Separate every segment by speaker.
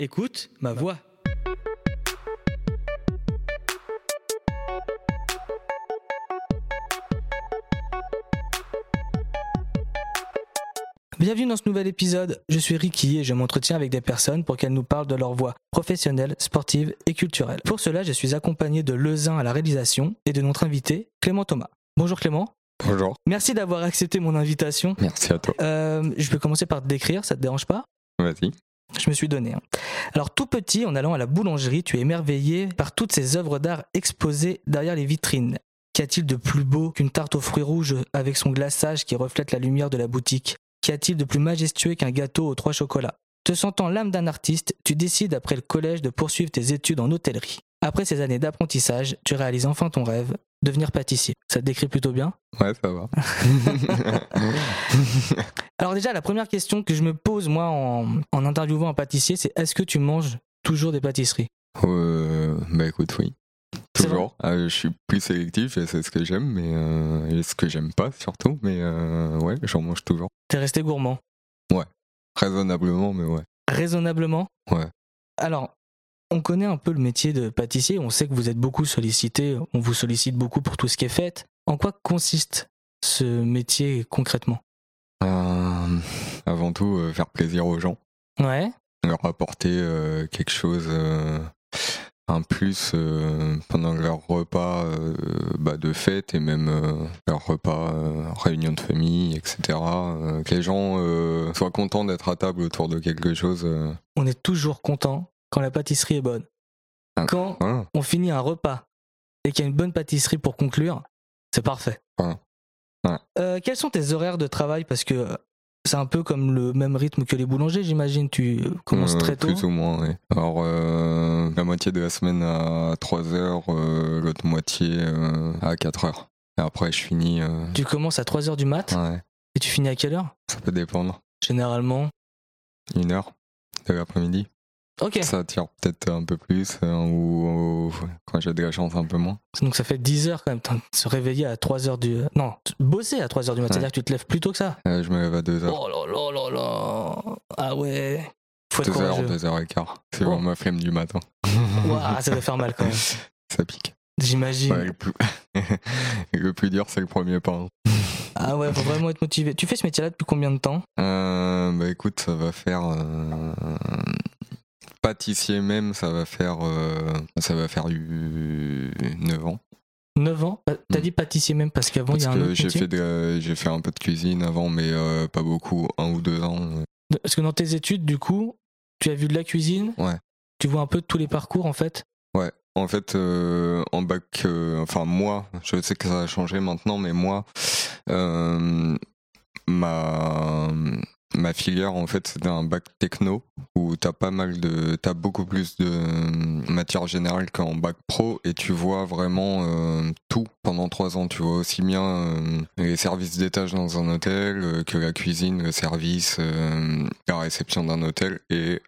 Speaker 1: Écoute ma voix. Bienvenue dans ce nouvel épisode. Je suis Ricky et je m'entretiens avec des personnes pour qu'elles nous parlent de leur voie professionnelle, sportive et culturelle. Pour cela, je suis accompagné de Lezin à la réalisation et de notre invité, Clément Thomas. Bonjour Clément.
Speaker 2: Bonjour.
Speaker 1: Merci d'avoir accepté mon invitation.
Speaker 2: Merci à toi.
Speaker 1: Euh, je peux commencer par te décrire, ça te dérange pas
Speaker 2: Vas-y.
Speaker 1: Je me suis donné. hein. Alors tout petit, en allant à la boulangerie, tu es émerveillé par toutes ces œuvres d'art exposées derrière les vitrines. Qu'y a-t-il de plus beau qu'une tarte aux fruits rouges avec son glaçage qui reflète la lumière de la boutique Qu'y a-t-il de plus majestueux qu'un gâteau aux trois chocolats Te sentant l'âme d'un artiste, tu décides après le collège de poursuivre tes études en hôtellerie. Après ces années d'apprentissage, tu réalises enfin ton rêve, devenir pâtissier. Ça te décrit plutôt bien
Speaker 2: Ouais, ça va.
Speaker 1: Alors déjà, la première question que je me pose moi en, en interviewant un pâtissier, c'est est-ce que tu manges toujours des pâtisseries
Speaker 2: Euh, bah écoute, oui.
Speaker 1: C'est vrai
Speaker 2: Toujours. Euh, je suis plus sélectif et c'est ce que j'aime, mais euh, et ce que j'aime pas surtout, mais euh, ouais, j'en mange toujours.
Speaker 1: T'es resté gourmand
Speaker 2: Raisonnablement, mais ouais.
Speaker 1: Raisonnablement
Speaker 2: Ouais.
Speaker 1: Alors, on connaît un peu le métier de pâtissier, on sait que vous êtes beaucoup sollicité, on vous sollicite beaucoup pour tout ce qui est fait. En quoi consiste ce métier concrètement
Speaker 2: Euh, avant tout, euh, faire plaisir aux gens,
Speaker 1: Ouais,
Speaker 2: leur apporter euh, quelque chose, euh, un plus euh, pendant leur repas euh, bah, de fête et même euh, leur repas euh, réunion de famille, etc. Euh, que les gens euh, soient contents d'être à table autour de quelque chose. euh,
Speaker 1: on est toujours content quand la pâtisserie est bonne.
Speaker 2: Ah.
Speaker 1: Quand
Speaker 2: voilà.
Speaker 1: on finit un repas et qu'il y a une bonne pâtisserie pour conclure, c'est parfait.
Speaker 2: Ouais. Ah. Ouais.
Speaker 1: Euh, quels sont tes horaires de travail Parce que c'est un peu comme le même rythme que les boulangers, j'imagine. Tu euh, commences
Speaker 2: Euh,
Speaker 1: très tôt.
Speaker 2: Plus ou moins, oui. Alors, euh, la moitié de la semaine à 3 heures, euh, l'autre moitié euh, à 4 heures. Et après, je finis. euh,
Speaker 1: Tu commences à 3h du mat
Speaker 2: ouais,
Speaker 1: et tu finis à quelle heure
Speaker 2: ça peut dépendre.
Speaker 1: Généralement.
Speaker 2: Une heure de l'après-midi.
Speaker 1: Ok.
Speaker 2: Ça tire peut-être un peu plus, euh, ou, ou quand j'ai de la chance, un peu moins.
Speaker 1: Donc ça fait 10 heures quand même. Putain, Se réveiller à 3h du. Non, t- bosser à 3h du mat.
Speaker 2: Ouais.
Speaker 1: C'est-à-dire que tu te lèves plus tôt que ça.
Speaker 2: Euh, je me lève à 2 heures.
Speaker 1: Oh là là là là. Ah ouais. Faut être
Speaker 2: 2 heures,
Speaker 1: courageux.
Speaker 2: 2 heures et quart. C'est
Speaker 1: Oh.
Speaker 2: vraiment ma flemme du matin.
Speaker 1: Ouah, ça doit faire mal quand même.
Speaker 2: Ça pique.
Speaker 1: J'imagine.
Speaker 2: Ouais, le, plus... le plus dur, c'est le premier pas. hein.
Speaker 1: Ah ouais, faut vraiment être motivé. Tu fais ce métier-là depuis combien de temps
Speaker 2: Euh, bah écoute, ça va faire euh, pâtissier même, ça va faire euh, ça va faire euh, 9 ans
Speaker 1: 9 ans Bah, T'as
Speaker 2: Mm.
Speaker 1: dit pâtissier même parce qu'avant Oh, il
Speaker 2: parce
Speaker 1: y a un autre
Speaker 2: que j'ai
Speaker 1: métier.
Speaker 2: fait de- j'ai fait un peu de cuisine avant mais euh, pas beaucoup, un ou deux ans. euh.
Speaker 1: Parce que dans tes études, du coup, tu as vu de la cuisine.
Speaker 2: Ouais.
Speaker 1: Tu vois un peu tous les parcours en fait.
Speaker 2: Ouais, en fait, euh, en bac, euh, enfin moi, je sais que ça a changé maintenant, mais moi, euh, ma ma filière en fait c'était un bac techno où t'as pas mal de t'as beaucoup plus de euh, matière générale qu'en bac pro et tu vois vraiment euh, tout pendant trois ans tu vois aussi bien euh, les services d'étage dans un hôtel euh, que la cuisine le service euh, la réception d'un hôtel et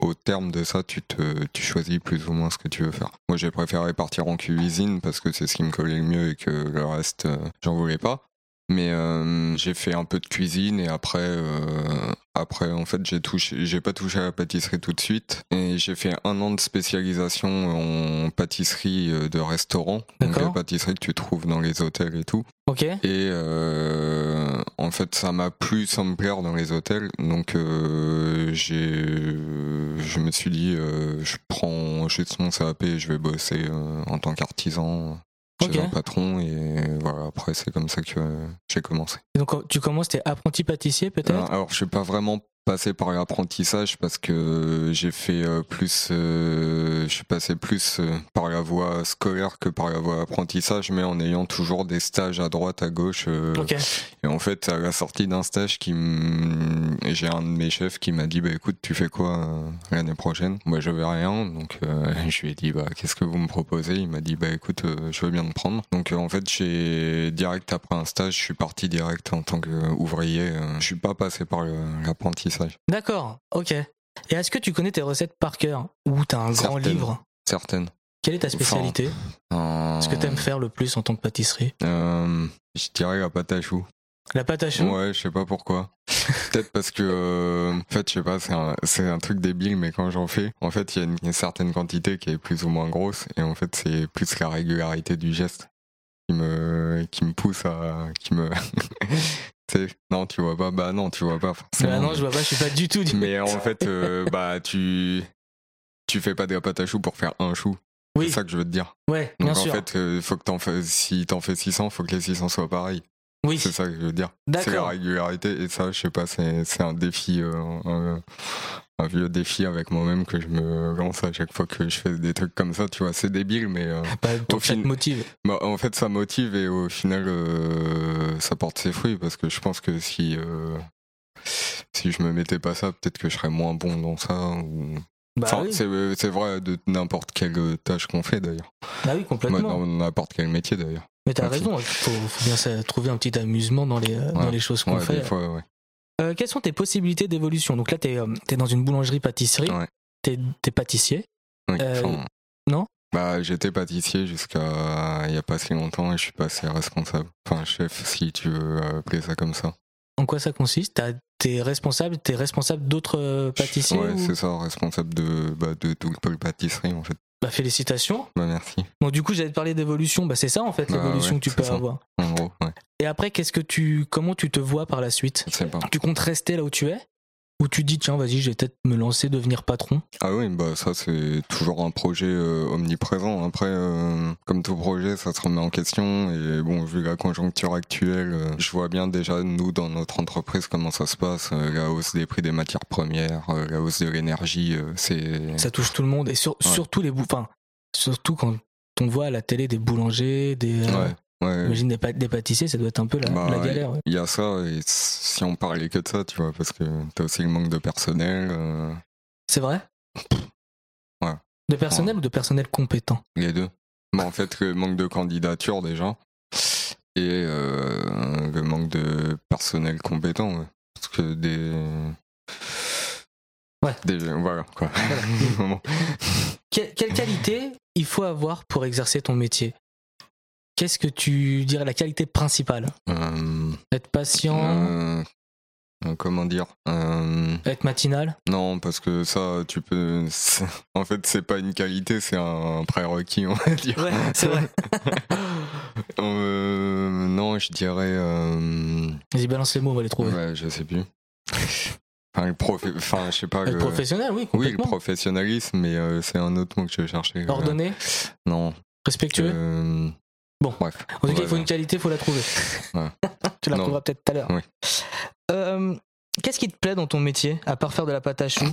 Speaker 2: au terme de ça, tu, te, tu choisis plus ou moins ce que tu veux faire. Moi, j'ai préféré partir en cuisine parce que c'est ce qui me collait le mieux et que le reste, euh, j'en voulais pas. Mais euh, j'ai fait un peu de cuisine et après, euh, après en fait, j'ai touché, j'ai pas touché à la pâtisserie tout de suite. Et j'ai fait un an de spécialisation en pâtisserie euh, de restaurant, donc
Speaker 1: D'accord.
Speaker 2: la pâtisserie que tu trouves dans les hôtels et tout.
Speaker 1: Ok.
Speaker 2: Et euh, en fait, ça m'a plu sans me plaire dans les hôtels. Donc, euh, j'ai, je me suis dit, euh, je prends juste mon CAP et je vais bosser euh, en tant qu'artisan chez
Speaker 1: Ok.
Speaker 2: un patron. Et voilà, après, c'est comme ça que euh, j'ai commencé. Euh,
Speaker 1: Et Donc tu commences, t'es apprenti pâtissier peut-être.
Speaker 2: Alors, je suis pas vraiment passé par l'apprentissage parce que j'ai fait euh, plus, euh, je suis passé plus euh, par la voie scolaire que par la voie apprentissage, mais en ayant toujours des stages à droite, à gauche. euh,
Speaker 1: ok.
Speaker 2: et en fait, à la sortie d'un stage, qui m- j'ai un de mes chefs qui m'a dit Bah écoute, tu fais quoi euh, l'année prochaine Bah je vais rien. Donc euh, je lui ai dit Bah qu'est-ce que vous me proposez Il m'a dit Bah écoute, euh, je veux bien te prendre. Donc euh, en fait, j'ai direct après un stage, je suis parti direct en tant qu'ouvrier. euh, je suis pas passé par le- l'apprentissage.
Speaker 1: D'accord. Ok. Et est-ce que tu connais tes recettes par cœur ou t'as un grand
Speaker 2: Certaines.
Speaker 1: livre
Speaker 2: Certaines.
Speaker 1: Quelle est ta
Speaker 2: Enfin,
Speaker 1: spécialité
Speaker 2: Euh,
Speaker 1: Ce que t'aimes faire le plus en tant que pâtisserie
Speaker 2: euh, Je dirais la pâte à choux.
Speaker 1: La pâte à choux Ah
Speaker 2: Ouais, je sais pas pourquoi. Peut-être parce que, euh, en fait, je sais pas, c'est un, c'est un truc débile, mais quand j'en fais, en fait, il y a une, une certaine quantité qui est plus ou moins grosse, et en fait, c'est plus la régularité du geste qui me, qui me pousse à, qui me, tu sais, non, tu vois pas, bah non, tu vois pas forcément.
Speaker 1: Bah non, je vois pas, je suis pas du tout du
Speaker 2: Mais en fait, euh, bah, tu, tu fais pas de la pâte à choux pour faire un chou.
Speaker 1: Oui,
Speaker 2: C'est ça que je veux te dire.
Speaker 1: ouais,
Speaker 2: Donc
Speaker 1: bien
Speaker 2: en
Speaker 1: sûr.
Speaker 2: fait, euh, faut que t'en fais, si t'en fais 600, faut que les 600 soient pareils.
Speaker 1: oui,
Speaker 2: C'est ça que je veux dire. C'est la
Speaker 1: d'accord.
Speaker 2: régularité et ça, je sais pas, c'est c'est un défi, euh, un, un vieux défi avec moi-même que je me lance à chaque fois que je fais des trucs comme ça, tu vois. C'est débile, mais euh,
Speaker 1: Bah, donc ça te
Speaker 2: fin-
Speaker 1: motive.
Speaker 2: bah, en fait, ça motive et au final, euh, ça porte ses fruits parce que je pense que si, euh, si je me mettais pas ça, peut-être que je serais moins bon dans ça. ou-
Speaker 1: Bah,
Speaker 2: Enfin,
Speaker 1: oui.
Speaker 2: c'est euh, c'est vrai de n'importe quelle euh, tâche qu'on fait d'ailleurs.
Speaker 1: bah oui, complètement.
Speaker 2: Dans n'importe quel métier d'ailleurs.
Speaker 1: Mais t'as
Speaker 2: Ok.
Speaker 1: raison, il faut, faut bien se- trouver un petit amusement dans les, euh, dans
Speaker 2: Ouais.
Speaker 1: les choses qu'on
Speaker 2: Ouais,
Speaker 1: fait.
Speaker 2: des fois, ouais.
Speaker 1: Euh, quelles sont tes possibilités d'évolution Donc là, t'es euh, t'es dans une boulangerie-pâtisserie,
Speaker 2: Ouais.
Speaker 1: t'es t'es pâtissier.
Speaker 2: Oui,
Speaker 1: Euh,
Speaker 2: enfin,
Speaker 1: non
Speaker 2: Bah, j'étais pâtissier jusqu'à il n'y a pas si longtemps et je suis passé responsable. Enfin, chef, si tu veux appeler ça comme ça.
Speaker 1: En quoi ça consiste T'as- T'es responsable, t'es responsable d'autres euh, pâtissiers
Speaker 2: Ouais,
Speaker 1: ou-
Speaker 2: c'est ça, responsable de, bah, de tout le pôle pâtisserie en fait.
Speaker 1: Bah félicitations.
Speaker 2: Bah, merci.
Speaker 1: Donc du coup, j'allais te parler d'évolution. Bah c'est ça en fait
Speaker 2: Bah
Speaker 1: l'évolution
Speaker 2: ouais,
Speaker 1: que tu
Speaker 2: c'est
Speaker 1: peux
Speaker 2: ça.
Speaker 1: avoir.
Speaker 2: En gros, ouais.
Speaker 1: Et après, qu'est-ce que tu, comment tu te vois par la suite
Speaker 2: Je sais pas.
Speaker 1: Tu comptes rester là où tu es ou tu dis tiens vas-y, je vais peut-être me lancer, devenir patron
Speaker 2: Ah oui, bah ça c'est toujours un projet euh, omniprésent. Après, euh, comme tout projet, ça se remet en question. Et bon, vu la conjoncture actuelle, euh, je vois bien déjà nous dans notre entreprise comment ça se passe. Euh, la hausse des prix des matières premières, euh, la hausse de l'énergie, euh, c'est
Speaker 1: Ça touche tout le monde et sur- surtout les bou- enfin surtout quand on voit à la télé des boulangers, des euh,
Speaker 2: Ouais, ouais.
Speaker 1: Imagine des, pa- des pâtissiers, ça doit être un peu la,
Speaker 2: Bah,
Speaker 1: la galère. ouais.
Speaker 2: Il y a ça, et si on parlait que de ça, tu vois, parce que t'as aussi le manque de personnel, euh,
Speaker 1: C'est vrai
Speaker 2: Ouais.
Speaker 1: De personnel ou de personnel compétent
Speaker 2: les deux. Mais en fait, le manque de candidature déjà, et euh, le manque de personnel compétent, ouais. parce que des.
Speaker 1: Ouais.
Speaker 2: Des, voilà, quoi. Bon.
Speaker 1: Que- Quelle qualité il faut avoir pour exercer ton métier Qu'est-ce que tu dirais la qualité principale
Speaker 2: Euh,
Speaker 1: Être patient,
Speaker 2: euh, euh, comment dire euh,
Speaker 1: être matinal
Speaker 2: Non, parce que ça, tu peux. c'est- En fait, c'est pas une qualité, c'est un prérequis, on va dire.
Speaker 1: Ouais, c'est vrai.
Speaker 2: Euh, non, je dirais. euh,
Speaker 1: Vas-y, balance les mots, on va les trouver.
Speaker 2: ouais, je sais plus. Enfin, le prof... enfin je sais pas.
Speaker 1: Être
Speaker 2: le-
Speaker 1: professionnel, oui,
Speaker 2: euh, Oui, le
Speaker 1: complètement.
Speaker 2: professionnalisme, mais euh, c'est un autre mot que je cherchais. Euh,
Speaker 1: Ordonné,
Speaker 2: Non.
Speaker 1: respectueux.
Speaker 2: euh,
Speaker 1: Bon.
Speaker 2: Bref.
Speaker 1: en tout cas,
Speaker 2: ouais,
Speaker 1: il faut
Speaker 2: ouais.
Speaker 1: une qualité, il faut la trouver.
Speaker 2: Ouais.
Speaker 1: tu la
Speaker 2: Non.
Speaker 1: trouveras peut-être tout à l'heure.
Speaker 2: Oui.
Speaker 1: Euh, Qu'est-ce qui te plaît dans ton métier, à part faire de la pâte à choux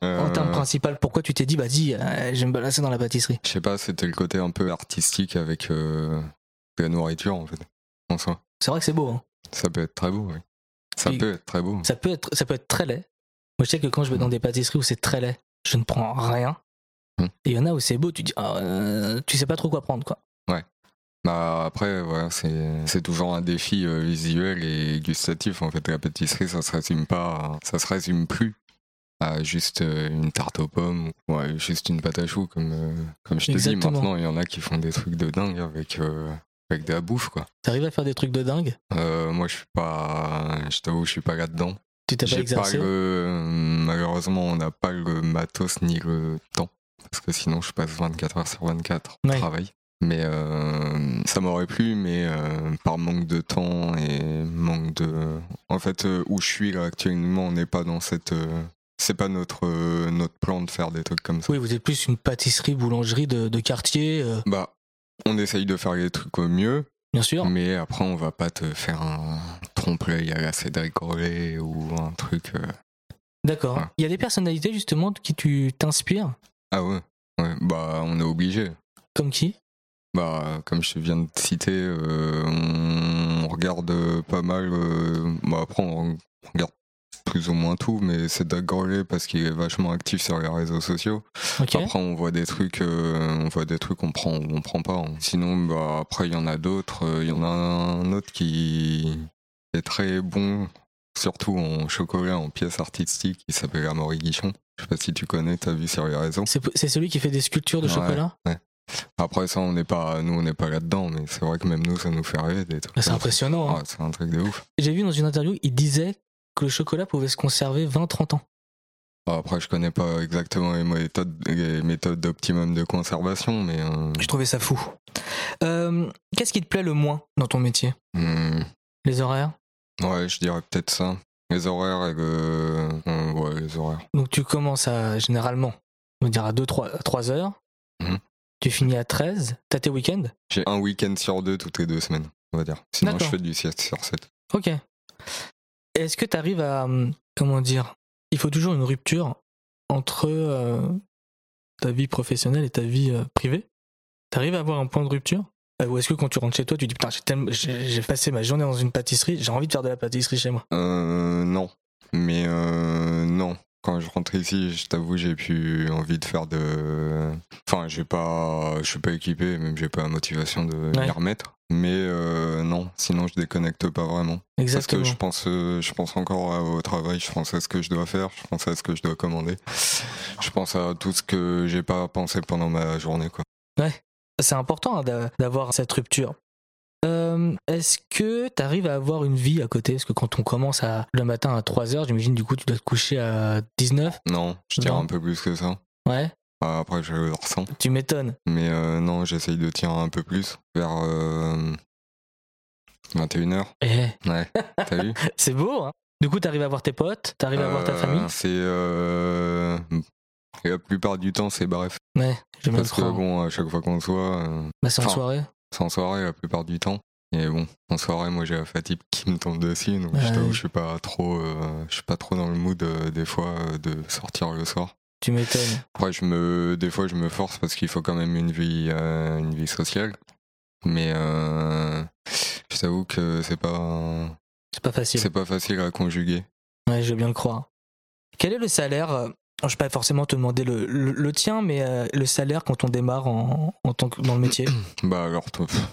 Speaker 1: En
Speaker 2: Euh,
Speaker 1: termes principal, pourquoi tu t'es dit, vas-y, euh, je vais me balancer dans la pâtisserie
Speaker 2: Je sais pas, c'était le côté un peu artistique avec euh, la nourriture, en fait. En soi.
Speaker 1: C'est vrai que c'est beau. hein.
Speaker 2: Ça peut être très beau, oui. Ça
Speaker 1: Et-
Speaker 2: peut être très beau.
Speaker 1: Ça, peut être, ça peut être très laid. Moi, je sais que quand je vais dans des pâtisseries où c'est très laid, je ne prends rien.
Speaker 2: Hmm.
Speaker 1: Et il y en a où c'est beau, tu dis, ah, euh, tu sais pas trop quoi prendre, quoi.
Speaker 2: Bah après, voilà, c'est c'est toujours un défi euh, visuel et gustatif. En fait, la pâtisserie, ça se résume pas, à- ça se résume plus à juste euh, une tarte aux pommes ou ouais, juste une pâte à choux, comme euh, comme je te dis.
Speaker 1: Exactement.
Speaker 2: Maintenant, il y en a qui font des trucs de dingue avec euh, avec de la bouffe, quoi.
Speaker 1: T'arrives à faire des trucs de dingue,
Speaker 2: Euh, moi, je suis pas, je t'avoue, je suis pas là-dedans.
Speaker 1: tu t'es pas
Speaker 2: J'ai pas
Speaker 1: exercé.
Speaker 2: le, malheureusement, on n'a pas le matos ni le temps. Parce que sinon, je passe 24 heures sur 24 au
Speaker 1: Ouais.
Speaker 2: travail. Mais euh, ça m'aurait plu, mais euh, par manque de temps et manque de. En fait, euh, où je suis là actuellement, on n'est pas dans cette. euh, C'est pas notre, euh, notre plan de faire des trucs comme ça.
Speaker 1: Oui, vous êtes plus une pâtisserie, boulangerie de, de quartier, euh,
Speaker 2: Bah, on essaye de faire les trucs au mieux,
Speaker 1: bien sûr.
Speaker 2: mais après, on va pas te faire un trompe-l'œil à la Cédric Rollet ou un truc. euh,
Speaker 1: D'accord.
Speaker 2: Ouais.
Speaker 1: Il y a des personnalités, justement, de qui tu t'inspires,
Speaker 2: Ah ouais, ouais, bah, on est obligé.
Speaker 1: comme qui
Speaker 2: Bah, euh, comme je viens de citer, euh, on on regarde euh, pas mal. euh, bah, après, on regarde plus ou moins tout, mais c'est Doug Gourlay parce qu'il est vachement actif sur les réseaux sociaux.
Speaker 1: Ok.
Speaker 2: Après, on voit des trucs, euh, on voit des trucs qu'on prend ou on prend pas. hein. Sinon, bah, après, il y en a d'autres. euh, Il y en a un autre qui est très bon, surtout en chocolat, en pièces artistiques. Il s'appelle Amaury Guichon. Je sais pas si tu connais, t'as vu sur les réseaux.
Speaker 1: C'est c'est celui qui fait des sculptures de
Speaker 2: Ouais.
Speaker 1: chocolat
Speaker 2: ouais. Après ça, on n'est pas, nous, on n'est pas là-dedans, mais c'est vrai que même nous, ça nous fait rêver des trucs.
Speaker 1: Bah, C'est
Speaker 2: comme ça.
Speaker 1: impressionnant. hein.
Speaker 2: Ouais, c'est un truc de ouf.
Speaker 1: J'ai vu dans une interview, il disait que le chocolat pouvait se conserver 20-30 ans.
Speaker 2: Bon, Après, je connais pas exactement les méthodes, les méthodes d'optimum de conservation, mais euh,
Speaker 1: Je trouvais ça fou. Euh, Qu'est-ce qui te plaît le moins dans ton métier
Speaker 2: hmm,
Speaker 1: Les horaires
Speaker 2: ouais, je dirais peut-être ça. Les horaires et le, euh, ouais, les horaires.
Speaker 1: Donc tu commences à généralement, on va dire à 2-3 heures.
Speaker 2: Mhm.
Speaker 1: Tu finis à 13. T'as tes week-ends
Speaker 2: J'ai un week-end sur deux toutes les deux semaines, on va dire. Sinon,
Speaker 1: D'accord.
Speaker 2: je fais du sieste sur 7.
Speaker 1: Ok. Est-ce que tu arrives à. hum, Comment dire Il faut toujours une rupture entre euh, ta vie professionnelle et ta vie euh, privée. Tu arrives à avoir un point de rupture Euh, Ou est-ce que quand tu rentres chez toi, tu dis Putain, j'ai tellement- j'ai j'ai passé ma journée dans une pâtisserie, j'ai envie de faire de la pâtisserie chez moi
Speaker 2: Euh, non. Mais euh, non. Quand je rentre ici, je t'avoue, j'ai plus envie de faire de. Enfin, j'ai pas, je suis pas équipé, même j'ai pas la motivation de
Speaker 1: Ouais.
Speaker 2: m'y remettre. Mais euh, non, sinon je déconnecte pas vraiment. Parce
Speaker 1: Exactement.
Speaker 2: que je pense, euh, je pense encore à- au travail, je pense à ce que je dois faire, je pense à ce que je dois commander, je pense à tout ce que j'ai pas pensé pendant ma journée, quoi.
Speaker 1: C'est important hein, d'a- d'avoir cette rupture. Euh, Est-ce que tu arrives à avoir une vie à côté Parce que quand on commence à, le matin à 3h, j'imagine du coup tu dois te coucher à 19.
Speaker 2: Non, je tire
Speaker 1: Non.
Speaker 2: un peu plus que ça.
Speaker 1: Ouais,
Speaker 2: Après, je le ressens.
Speaker 1: tu m'étonnes.
Speaker 2: Mais euh, non, j'essaye de tirer un peu plus vers euh, 21h.
Speaker 1: Eh,
Speaker 2: Ouais, t'as vu
Speaker 1: C'est beau, hein Du coup, t'arrives à voir tes potes, t'arrives à voir ta
Speaker 2: Euh,
Speaker 1: famille.
Speaker 2: C'est. euh, La plupart du temps, c'est bref.
Speaker 1: Ouais, je me
Speaker 2: Parce que
Speaker 1: crois.
Speaker 2: bon, à chaque fois qu'on se voit, euh,
Speaker 1: Bah, c'est en
Speaker 2: enfin,
Speaker 1: soirée.
Speaker 2: c'est en soirée la plupart du temps. Et bon, en soirée, moi j'ai la fatigue qui me tombe dessus, donc je
Speaker 1: Ouais.
Speaker 2: t'avoue, je suis pas trop, euh, je suis pas trop dans le mood euh, des fois euh, de sortir le soir.
Speaker 1: Tu m'étonnes.
Speaker 2: Après, je me, des fois, je me force parce qu'il faut quand même une vie, euh, une vie sociale. Mais euh, je t'avoue que c'est pas,
Speaker 1: C'est pas facile.
Speaker 2: c'est pas facile à conjuguer.
Speaker 1: Ouais, je veux bien le croire. Quel est le salaire euh, Je vais pas forcément te demander le, le- le tien, mais euh, le salaire quand on démarre en, en tant que, dans le métier.
Speaker 2: Bah alors, t'en- pff,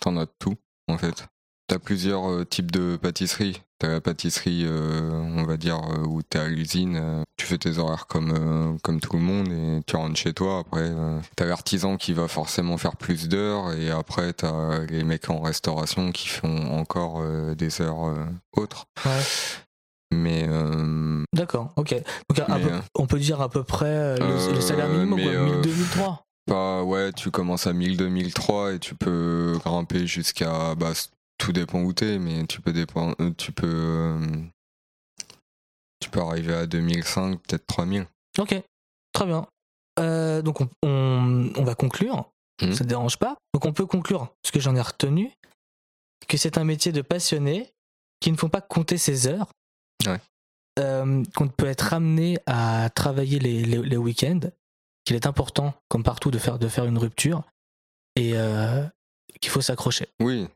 Speaker 2: t'en as de tout en fait. T'as plusieurs euh, types de pâtisserie. T'as la pâtisserie, euh, on va dire, euh, où t'es à l'usine, euh, tu fais tes horaires comme, euh, comme tout le monde et tu rentres chez toi. Après, euh, t'as l'artisan qui va forcément faire plus d'heures et après, t'as les mecs en restauration qui font encore euh, des heures euh, autres.
Speaker 1: Ouais.
Speaker 2: Mais. euh,
Speaker 1: D'accord, ok. Donc, à- à
Speaker 2: Mais,
Speaker 1: peu-
Speaker 2: euh,
Speaker 1: on peut dire à peu près euh, le, le
Speaker 2: euh,
Speaker 1: salaire minimum,
Speaker 2: mais,
Speaker 1: quoi.
Speaker 2: euh,
Speaker 1: 1000, 2000, 3000.
Speaker 2: Bah ouais, tu commences à 1000, 2000, 3000 et tu peux grimper jusqu'à. Bah, c- tout dépend où t'es, mais tu peux, dépend, euh, tu peux, euh, tu peux arriver à 2005, peut-être 3000.
Speaker 1: Ok, très bien. Euh, donc, on, on- on va conclure.
Speaker 2: Mhm.
Speaker 1: Ça te dérange pas. Donc, on peut conclure, ce que j'en ai retenu, que c'est un métier de passionné qui ne font pas compter ses heures.
Speaker 2: Ouais.
Speaker 1: Euh, qu'on peut être amené à travailler les, les- les week-ends, qu'il est important, comme partout, de faire, de faire une rupture et euh, qu'il faut s'accrocher.
Speaker 2: Oui,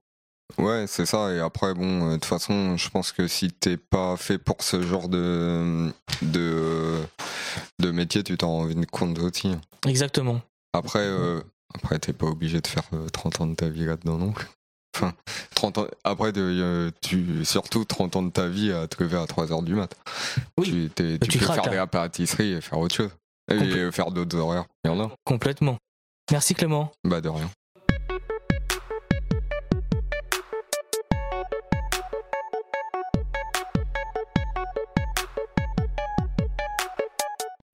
Speaker 2: ouais, c'est ça. Et après, bon, euh, de toute façon, je pense que si t'es pas fait pour ce genre de, de, de métier, tu t'en rends compte aussi.
Speaker 1: Exactement.
Speaker 2: Après, euh, après t'es pas obligé de faire euh, 30 ans de ta vie là-dedans non plus. Enfin, 30 ans, après, de, euh, tu, surtout 30 ans de ta vie à te lever à 3 heures du mat.
Speaker 1: Oui. Bah,
Speaker 2: Tu, t'es- tu
Speaker 1: tu
Speaker 2: peux
Speaker 1: craques, hein.
Speaker 2: faire
Speaker 1: là.
Speaker 2: des pâtisseries et faire autre chose. Et
Speaker 1: Compl-
Speaker 2: euh, faire d'autres horaires. Il y en a
Speaker 1: Complètement. Merci Clément.
Speaker 2: Bah, de rien.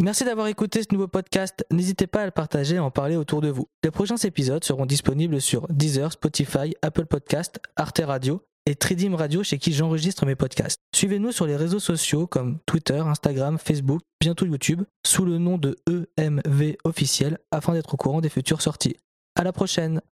Speaker 1: Merci d'avoir écouté ce nouveau podcast. N'hésitez pas à le partager et à en parler autour de vous. Les prochains épisodes seront disponibles sur Deezer, Spotify, Apple Podcast, Arte Radio et Tridim Radio chez qui j'enregistre mes podcasts. Suivez-nous sur les réseaux sociaux comme Twitter, Instagram, Facebook, bientôt YouTube, E sous le nom de EMV officiel afin d'être au courant des futures sorties. À la prochaine!